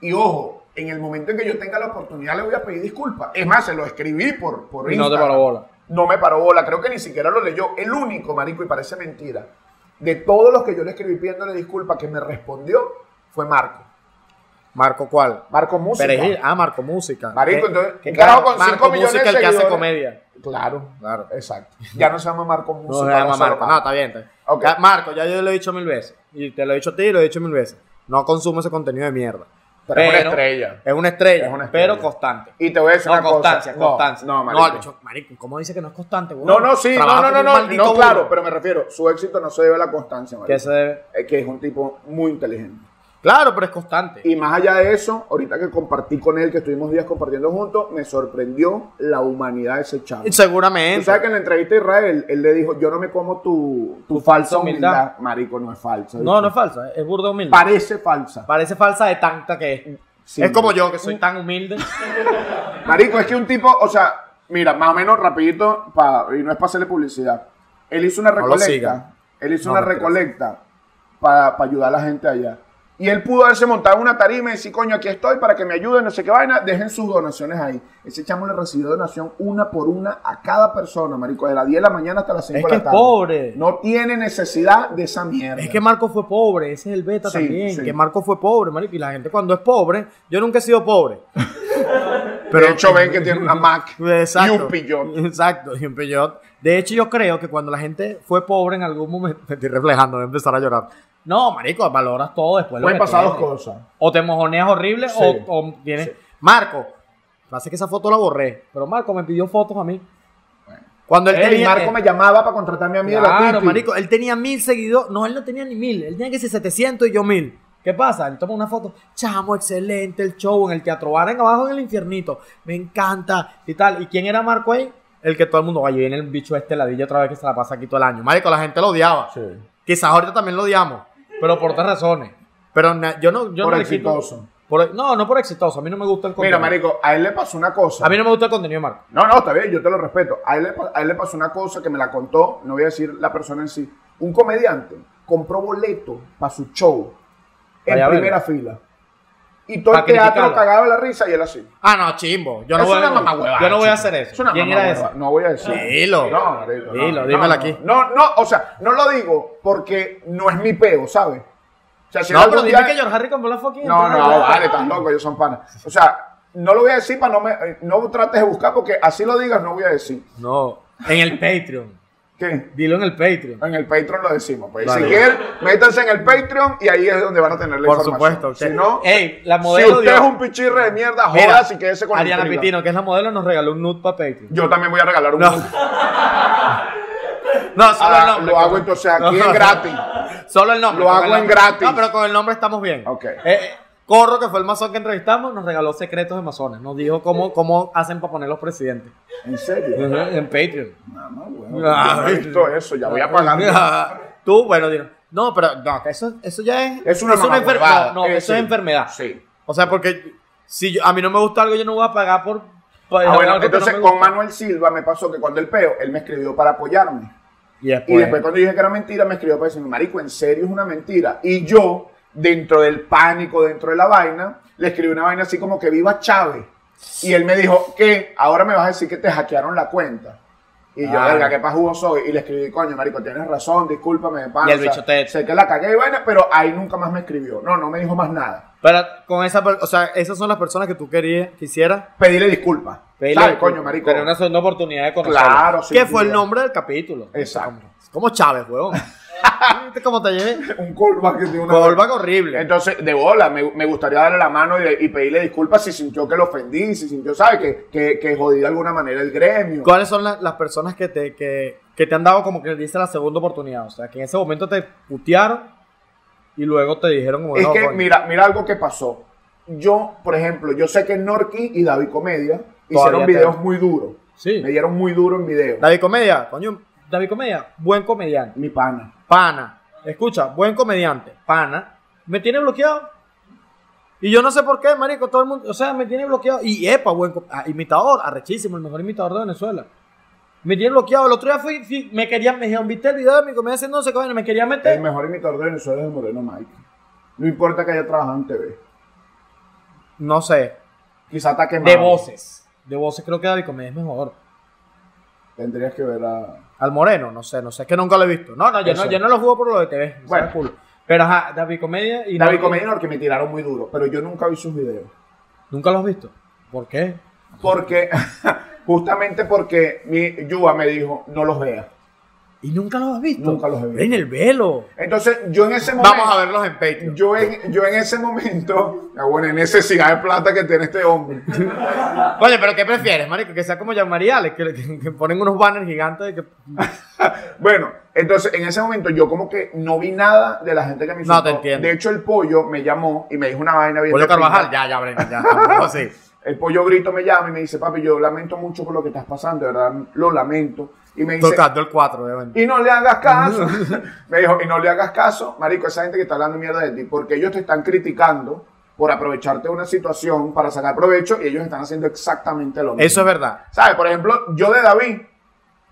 Speaker 2: y ojo, en el momento en que yo tenga la oportunidad le voy a pedir disculpas. Es más, se lo escribí por, por
Speaker 1: Y no te
Speaker 2: Instagram.
Speaker 1: paró bola.
Speaker 2: No me paró bola, creo que ni siquiera lo leyó. El único, marico, y parece mentira, de todos los que yo le escribí pidiéndole disculpas que me respondió fue Marco.
Speaker 1: Marco cuál?
Speaker 2: Marco Música.
Speaker 1: Perejil. Ah, Marco Música.
Speaker 2: Marico,
Speaker 1: ¿Qué-
Speaker 2: entonces,
Speaker 1: qué
Speaker 2: un carajo con
Speaker 1: Marco
Speaker 2: cinco millones
Speaker 1: Música,
Speaker 2: de
Speaker 1: el que hace
Speaker 2: seguidores.
Speaker 1: comedia.
Speaker 2: Claro,
Speaker 1: Claro.
Speaker 2: exacto. Ya no se llama Marco
Speaker 1: No
Speaker 2: Música.
Speaker 1: se llama
Speaker 2: ahora
Speaker 1: Marco. No, está bien. está bien.
Speaker 2: Ok.
Speaker 1: Ya, Marco, ya yo lo he dicho mil veces. Y te lo he dicho a ti y lo he dicho mil veces. No consumo ese contenido de mierda.
Speaker 2: Pero es una estrella.
Speaker 1: Es una estrella,
Speaker 2: Es una estrella.
Speaker 1: pero constante.
Speaker 2: Y te voy a decir
Speaker 1: No,
Speaker 2: una cosa.
Speaker 1: constancia,
Speaker 2: No,
Speaker 1: constancia.
Speaker 2: no,
Speaker 1: no,
Speaker 2: marico.
Speaker 1: el bicho, marico, ¿cómo dice que no es constante, weón?
Speaker 2: No, no, sí, no,
Speaker 1: Trabaja
Speaker 2: no,
Speaker 1: como
Speaker 2: no,
Speaker 1: un
Speaker 2: no,
Speaker 1: maldito
Speaker 2: no,
Speaker 1: burro.
Speaker 2: claro, pero me refiero, su éxito no se debe a la constancia, marico.
Speaker 1: Que se debe-
Speaker 2: Es que es un tipo muy inteligente.
Speaker 1: Claro, pero es constante.
Speaker 2: Y más allá de eso, ahorita que compartí con él, que estuvimos días compartiendo juntos, me sorprendió la humanidad de ese chavo.
Speaker 1: Y seguramente.
Speaker 2: Tú sabes que en la entrevista a Israel, él le dijo, yo no me como tu, tu falsa humildad.
Speaker 1: humildad.
Speaker 2: Marico, no es falsa.
Speaker 1: No, no es falsa, es burda humilde.
Speaker 2: Parece falsa.
Speaker 1: Parece falsa de tanta que es.
Speaker 2: Sí.
Speaker 1: es como yo, que soy tan humilde.
Speaker 2: Marico, es que un tipo, o sea, mira, más o menos rapidito, pa- y no es para hacerle publicidad. Él hizo una
Speaker 1: lo
Speaker 2: recolecta.
Speaker 1: siga.
Speaker 2: él hizo
Speaker 1: No,
Speaker 2: una
Speaker 1: no, pero-
Speaker 2: recolecta para, para ayudar a la gente allá. Y él pudo haberse montado en una tarima y decir, coño, aquí estoy para que me ayuden, no sé qué vaina, dejen sus donaciones ahí. Ese chamo le recibió donación una por una a cada persona, marico, de las 10 de la mañana hasta las 5
Speaker 1: Es
Speaker 2: de
Speaker 1: que
Speaker 2: la
Speaker 1: es
Speaker 2: tarde.
Speaker 1: pobre.
Speaker 2: No tiene necesidad de esa mierda.
Speaker 1: Es que Marco fue pobre, ese es el beta
Speaker 2: Sí,
Speaker 1: también.
Speaker 2: sí.
Speaker 1: Que Marco fue pobre, marico. Y la gente cuando es pobre, yo nunca he sido pobre.
Speaker 2: pero de hecho ven que tiene una Mac
Speaker 1: Exacto.
Speaker 2: y un pillón.
Speaker 1: Exacto, y un pillot. De hecho, yo creo que cuando la gente fue pobre en algún momento, me estoy reflejando, voy a empezar a llorar. No, marico, valoras todo después. lo
Speaker 2: Pueden
Speaker 1: que
Speaker 2: pasar dos
Speaker 1: tienes.
Speaker 2: cosas.
Speaker 1: O te mojoneas horrible
Speaker 2: Sí.
Speaker 1: o, o tienes. Marco, pasa que esa foto la borré, pero Marco me pidió fotos a mí. Cuando él
Speaker 2: Él y
Speaker 1: tenía.
Speaker 2: Marco me llamaba para contratarme a mí de la
Speaker 1: Eh, Claro,
Speaker 2: Titi.
Speaker 1: marico, él tenía mil seguidores. No, él no tenía ni mil. Él tenía que ser 700 y yo mil. ¿Qué pasa? Él toma una foto. Chamo, excelente el show en el Teatro Bar en abajo en el infiernito. Me encanta y tal. ¿Y quién era Marco ahí? El que todo el mundo, oye, viene el bicho este ladilla otra vez que se la pasa aquí todo el año. Marico, la gente lo odiaba.
Speaker 2: Sí.
Speaker 1: Quizás ahorita también lo odiamos, pero por otras razones. Pero na- yo no. Yo
Speaker 2: Por
Speaker 1: no le quito-
Speaker 2: exitoso.
Speaker 1: por- no, no por exitoso. A mí no me gusta el
Speaker 2: Mira,
Speaker 1: contenido.
Speaker 2: marico, a él le pasó una cosa.
Speaker 1: A mí no me gusta el contenido de Marco.
Speaker 2: No, no, está bien, yo te lo respeto. A él, le, pa- a él le pasó una cosa que me la contó, no voy a decir la persona en sí. Un comediante compró boleto para su show en
Speaker 1: Vaya a verlo.
Speaker 2: primera fila. Y todo
Speaker 1: Pa'
Speaker 2: el teatro
Speaker 1: criticarlo.
Speaker 2: cagaba de la risa y él así.
Speaker 1: Ah, no, chimbo. Yo no,
Speaker 2: Es
Speaker 1: voy,
Speaker 2: una
Speaker 1: a,
Speaker 2: mamahuevada,
Speaker 1: yo no voy a
Speaker 2: chico.
Speaker 1: hacer eso.
Speaker 2: Es una
Speaker 1: ¿Quién era
Speaker 2: mamahueva,
Speaker 1: ese?
Speaker 2: No voy a decir.
Speaker 1: Dilo.
Speaker 2: No, marico, no,
Speaker 1: Dilo,
Speaker 2: no,
Speaker 1: dímelo
Speaker 2: no.
Speaker 1: aquí.
Speaker 2: No, no, o sea, no lo digo porque no es mi peo, ¿sabes? O sea, si
Speaker 1: No,
Speaker 2: algún
Speaker 1: pero
Speaker 2: día-
Speaker 1: dime que George Harry compró la fucking.
Speaker 2: No,
Speaker 1: entrada,
Speaker 2: no,
Speaker 1: ya.
Speaker 2: vale, estás loco, ellos son panas. O sea, no lo voy a decir para no me, eh, no trates de buscar porque así lo digas, no voy a decir.
Speaker 1: No, en el Patreon.
Speaker 2: ¿Qué?
Speaker 1: Dilo en el Patreon.
Speaker 2: En el Patreon lo decimos. Pues.
Speaker 1: Vale.
Speaker 2: Si quieren, métanse en el Patreon y ahí es donde van a tener la
Speaker 1: Por
Speaker 2: información.
Speaker 1: supuesto.
Speaker 2: Si no,
Speaker 1: Ey, la
Speaker 2: si
Speaker 1: modelo.
Speaker 2: usted
Speaker 1: dio-
Speaker 2: es un pichirre de mierda,
Speaker 1: Mira,
Speaker 2: joda y quédese con la
Speaker 1: Ariana
Speaker 2: intriga.
Speaker 1: Pitino, que es la modelo, nos regaló un nude para Patreon.
Speaker 2: Yo también voy a regalar un.
Speaker 1: No. No, solo
Speaker 2: Ah,
Speaker 1: el nombre.
Speaker 2: lo
Speaker 1: coño.
Speaker 2: hago entonces aquí en gratis.
Speaker 1: Solo el nombre.
Speaker 2: Lo
Speaker 1: con
Speaker 2: hago
Speaker 1: el
Speaker 2: en
Speaker 1: nombre.
Speaker 2: gratis.
Speaker 1: No, pero con el nombre estamos bien.
Speaker 2: Ok.
Speaker 1: Eh, eh, Corro, que fue el masón que entrevistamos, nos regaló secretos de masones. Nos dijo cómo, cómo hacen para poner los presidentes.
Speaker 2: ¿En serio?
Speaker 1: Ujú, En Patreon.
Speaker 2: Mamá, weón.
Speaker 1: Ah,
Speaker 2: yo no he visto eso, ya voy a pagar.
Speaker 1: Ah, Tú, bueno, digo, no, pero no, que eso, eso ya es.
Speaker 2: Es una
Speaker 1: enfer-
Speaker 2: mamahuevada.
Speaker 1: No, no,
Speaker 2: Eh,
Speaker 1: eso es
Speaker 2: sí.
Speaker 1: enfermedad.
Speaker 2: Sí.
Speaker 1: O sea, porque si yo- a mí no me gusta algo, yo no voy a pagar por. por
Speaker 2: Ah, bueno,
Speaker 1: algo que
Speaker 2: entonces
Speaker 1: no me
Speaker 2: con
Speaker 1: gusta.
Speaker 2: Manuel Silva me pasó que cuando él peo, él me escribió para apoyarme.
Speaker 1: Y
Speaker 2: Y
Speaker 1: después.
Speaker 2: después cuando dije que era mentira, me escribió para decirme, marico, en serio es una mentira. Y yo, dentro del pánico, dentro de la vaina, le escribí una vaina así como que viva Chávez. Y él me dijo, ¿qué? Ahora me vas a decir que te hackearon la cuenta. Y yo,
Speaker 1: Ah.
Speaker 2: verga, qué pajugo soy. Y le escribí, coño, marico, tienes razón, discúlpame, de panza.
Speaker 1: Y el bicho te-
Speaker 2: Sé que la cagué y vaina, pero ahí nunca más me escribió. No, no me dijo más nada.
Speaker 1: Pero con esa. per- O sea, esas son las personas que tú querías, quisieras.
Speaker 2: Pedirle disculpas.
Speaker 1: pedirle
Speaker 2: ¿Sabes,
Speaker 1: que-
Speaker 2: coño, marico?
Speaker 1: Tener una segunda oportunidad de conocerlo.
Speaker 2: Claro, sin
Speaker 1: Que fue el
Speaker 2: duda.
Speaker 1: nombre del capítulo.
Speaker 2: Exacto.
Speaker 1: Como Chávez, huevón. ¿Viste cómo te llevé?
Speaker 2: Un callback de una
Speaker 1: Callback horrible.
Speaker 2: Entonces, de bola, me, me gustaría darle la mano y, y pedirle disculpas si sintió que lo ofendí, si sintió, ¿sabes? Que, que, que jodí de alguna manera el gremio.
Speaker 1: ¿Cuáles son la- las personas que te, que, que te han dado como que dice la segunda oportunidad? O sea, que en ese momento te putearon y luego te dijeron como
Speaker 2: es
Speaker 1: no,
Speaker 2: que,
Speaker 1: coño.
Speaker 2: mira, mira algo que pasó. Yo, por ejemplo, yo sé que Norky y David Comedia hicieron
Speaker 1: Todavía te-
Speaker 2: videos muy duros.
Speaker 1: Sí.
Speaker 2: Me dieron muy duro en video.
Speaker 1: David Comedia, coño, David Comedia, buen comediante,
Speaker 2: Mi pana.
Speaker 1: pana. Escucha, buen comediante, pana. Me tiene bloqueado. Y yo no sé por qué, marico, todo el mundo, o sea, me tiene bloqueado. Y epa, buen co- ah, imitador, arrechísimo, el mejor imitador de Venezuela. Me tiene bloqueado. El otro día fui, fui- me querían, me dijeron, viste el video de mi comedia haciendo no sé qué, vaina?", me quería
Speaker 2: El
Speaker 1: meter.
Speaker 2: mejor imitador de Venezuela es Moreno Mike. No importa que haya trabajado en TV.
Speaker 1: No sé,
Speaker 2: Quizá está quemado.
Speaker 1: De voces. De voces creo que David Comedia es mejor.
Speaker 2: Tendrías que ver a...
Speaker 1: Al Moreno, no sé, no sé, es que nunca lo he visto. No, no, yo, no,
Speaker 2: Eso.
Speaker 1: yo no lo juego por lo de TV. me
Speaker 2: Bueno.
Speaker 1: sabe culo. Pero ajá, David Comedia y
Speaker 2: David
Speaker 1: Norby,
Speaker 2: Comedia y Norky me tiraron muy duro, pero yo nunca vi sus videos.
Speaker 1: Nunca lo has visto. ¿Por qué?
Speaker 2: Porque justamente porque mi Yuba me dijo, no los vea.
Speaker 1: ¿Y nunca los has visto?
Speaker 2: Nunca los he visto.
Speaker 1: En el velo.
Speaker 2: Entonces, yo en ese momento...
Speaker 1: Vamos a verlos en Patreon.
Speaker 2: Yo en, yo en ese momento, la buena necesidad de plata que tiene este hombre.
Speaker 1: Oye, pero ¿qué prefieres, marico? Que sea como Jean María Alex, que, que- que ponen unos banners gigantes de que...
Speaker 2: Bueno, entonces en ese momento yo como que no vi nada de la gente que me
Speaker 1: No,
Speaker 2: insultó.
Speaker 1: te entiendo.
Speaker 2: De hecho, el pollo me llamó y me dijo una vaina bien.
Speaker 1: Pollo
Speaker 2: de pinga.
Speaker 1: Carvajal, ya, ya, Brenda, ya. tampoco sí.
Speaker 2: El pollo grito me llama y me dice, papi, yo lamento mucho por lo que estás pasando, de verdad, lo lamento. Y me dice,
Speaker 1: Tocando el 4 de Brenda.
Speaker 2: y no le hagas caso. me dijo, y no le hagas caso, marico, esa gente que está hablando mierda de ti, porque ellos te están criticando por aprovecharte de una situación para sacar provecho y ellos están haciendo exactamente lo mismo.
Speaker 1: Eso es verdad.
Speaker 2: ¿Sabes? Por ejemplo, yo de David,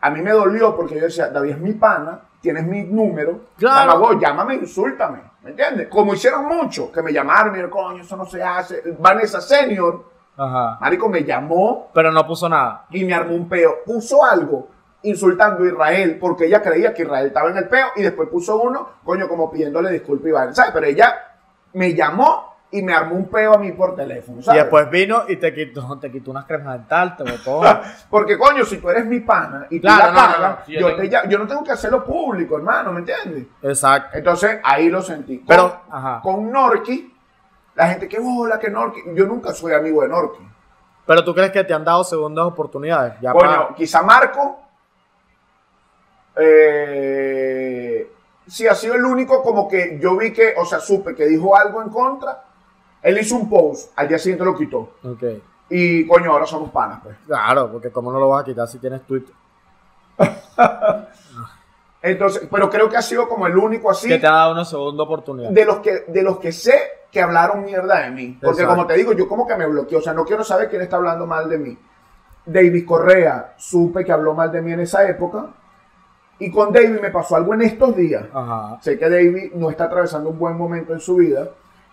Speaker 2: a mí me dolió porque yo decía, David es mi pana, tienes mi número,
Speaker 1: Claro.
Speaker 2: Mamagüey, llámame, insúltame, ¿me entiendes? Como hicieron mucho, que me llamaron, y dijeron, coño, eso no se hace. Vanessa Senior,
Speaker 1: Ajá.
Speaker 2: marico, me llamó
Speaker 1: Pero no puso nada.
Speaker 2: y me armó un peo. Puso algo insultando a Israel porque ella creía que Israel estaba en el peo y después puso uno, coño, como pidiéndole disculpas a Iván, ¿sabes? Pero ella me llamó y me armó un peo a mí por teléfono,
Speaker 1: Y
Speaker 2: ¿sabes?
Speaker 1: después vino y te quitó, te quitó unas cremas dentales, te botó.
Speaker 2: Porque, coño, si tú eres mi pana y tú
Speaker 1: Claro,
Speaker 2: la
Speaker 1: no, no,
Speaker 2: cagas,
Speaker 1: no, sí, yo
Speaker 2: yo,
Speaker 1: tengo-
Speaker 2: te ya- yo no tengo que hacerlo público, hermano, ¿me entiendes?
Speaker 1: Exacto.
Speaker 2: Entonces, ahí lo sentí. Con-
Speaker 1: Pero, ajá.
Speaker 2: con Norki, la gente que bola, que Norki. Yo nunca soy amigo de Norki.
Speaker 1: Pero tú crees que te han dado segundas oportunidades. Ya
Speaker 2: Bueno,
Speaker 1: para-
Speaker 2: quizá Marco eh, sí ha sido el único como que yo vi que, o sea, supe que dijo algo en contra. Él hizo un post, al día siguiente lo quitó.
Speaker 1: Ok.
Speaker 2: Y coño, ahora somos panas, pues.
Speaker 1: Claro, porque cómo no lo vas a quitar si tienes Twitter.
Speaker 2: Entonces, pero creo que ha sido como el único así.
Speaker 1: Que te ha dado una segunda oportunidad.
Speaker 2: de los que de los que sé que hablaron mierda de mí. Porque
Speaker 1: Exacto.
Speaker 2: como te digo, yo como que me bloqueé. O sea, no quiero saber quién está hablando mal de mí. David Correa, supe que habló mal de mí en esa época. Y con David me pasó algo en estos días.
Speaker 1: Ajá.
Speaker 2: Sé que David no está atravesando un buen momento en su vida.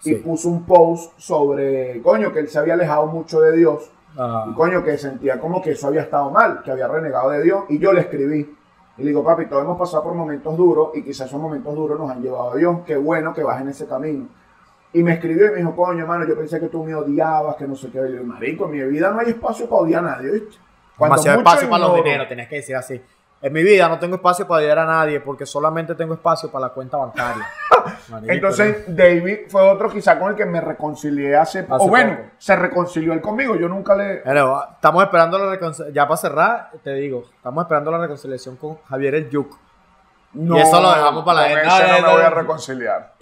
Speaker 2: Y
Speaker 1: Sí.
Speaker 2: puso un post sobre, coño, que él se había alejado mucho de Dios. Y
Speaker 1: Ajá.
Speaker 2: coño, que sentía como que eso había estado mal, que había renegado de Dios. Y yo le escribí. Y le digo, papi, todos hemos pasado por momentos duros y quizás esos momentos duros nos han llevado a Dios. Qué bueno que vas en ese camino. Y me escribió y me dijo, coño, hermano, yo pensé que tú me odiabas, que no sé qué. Y yo, marico, en mi vida no hay espacio para odiar a nadie, ¿viste? Cuando
Speaker 1: Demasiado
Speaker 2: mucho
Speaker 1: espacio para los
Speaker 2: ignoro.
Speaker 1: dineros, tenías que decir así. En mi vida no tengo espacio para ayudar a nadie porque solamente tengo espacio para la cuenta bancaria. Marico,
Speaker 2: Entonces, David fue otro quizá con el que me reconcilié hace,
Speaker 1: Hace
Speaker 2: O bueno,
Speaker 1: poco.
Speaker 2: se reconcilió él conmigo. Yo nunca le...
Speaker 1: Bueno, estamos esperando la reconciliación. Ya para cerrar, te digo, estamos esperando la reconciliación con Javier el Yuk.
Speaker 2: No,
Speaker 1: eso lo dejamos para la
Speaker 2: con
Speaker 1: gente.
Speaker 2: ese
Speaker 1: Dale,
Speaker 2: no me voy a
Speaker 1: dale.
Speaker 2: reconciliar.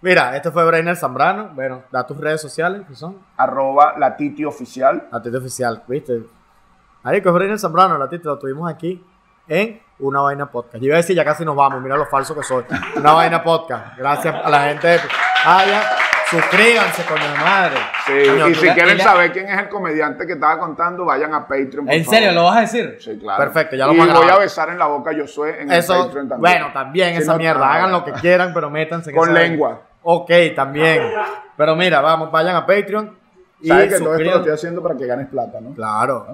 Speaker 1: Mira, este fue Brainer Zambrano. Bueno, da tus redes sociales, que son
Speaker 2: Arroba la titi oficial.
Speaker 1: Atito Oficial, ¿viste? Marico, es Brainer Zambrano, la tita, lo tuvimos aquí en Una Vaina Podcast. Yo iba a decir, ya casi nos vamos, mira lo falso que soy. Una Vaina Podcast. Gracias a la gente de Aya. Suscríbanse, coño de madre.
Speaker 2: Sí,
Speaker 1: Coño,
Speaker 2: y
Speaker 1: tú-
Speaker 2: si quieren
Speaker 3: y la-
Speaker 2: saber quién es el comediante que estaba contando, vayan a Patreon. por
Speaker 3: ¿En serio? ¿Lo
Speaker 2: favor.
Speaker 3: vas a decir?
Speaker 2: Sí, claro.
Speaker 1: Perfecto, ya lo
Speaker 2: Y
Speaker 1: voy a
Speaker 2: voy
Speaker 1: grabar.
Speaker 2: a besar en la boca a Josué en el
Speaker 1: Eso,
Speaker 2: Patreon también.
Speaker 1: bueno, también
Speaker 2: Si
Speaker 1: esa
Speaker 2: no-
Speaker 1: mierda.
Speaker 2: ah,
Speaker 1: Hagan
Speaker 2: bueno.
Speaker 1: lo que quieran, pero métanse en
Speaker 2: Con
Speaker 1: esa-
Speaker 2: lengua.
Speaker 1: Ok, también. Pero mira, vamos, vayan a Patreon. Y
Speaker 2: Sabes que todo esto lo
Speaker 1: suscriban-
Speaker 2: estoy haciendo para que ganes plata, ¿no?
Speaker 1: Claro.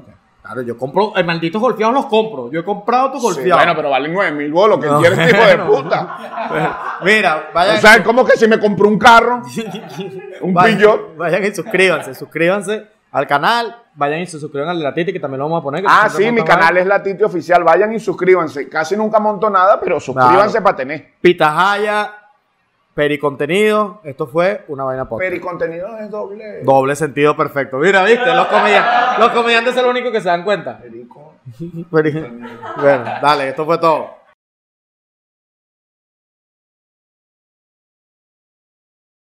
Speaker 1: Claro, yo compro, el malditos golpeados los compro. Yo he comprado tus
Speaker 2: Sí,
Speaker 1: golpeados.
Speaker 2: bueno, pero valen 9 mil bolos, que
Speaker 1: No.
Speaker 2: quieres, hijo de puta.
Speaker 1: Mira,
Speaker 2: O
Speaker 1: vayan.
Speaker 2: sea, es como que si me compró un carro, un
Speaker 1: vayan-
Speaker 2: pillo.
Speaker 1: Vayan y suscríbanse, suscríbanse al canal. Vayan y se suscriban al de la Titi, que también lo vamos a poner. que
Speaker 2: Ah,
Speaker 1: siempre
Speaker 2: sí, mi
Speaker 1: montan
Speaker 2: canal
Speaker 1: vaina.
Speaker 2: es Latite Oficial. Vayan y suscríbanse. Casi nunca monto nada, pero suscríbanse
Speaker 1: Claro.
Speaker 2: para tener.
Speaker 1: Pitajaya, Pericontenido. Esto fue una vaina podcast.
Speaker 2: Pero y contenido es doble.
Speaker 1: Doble sentido perfecto. Mira, viste, los comediantes, los comediantes son los únicos que se dan cuenta.
Speaker 2: Perico.
Speaker 1: bueno, dale, esto fue todo.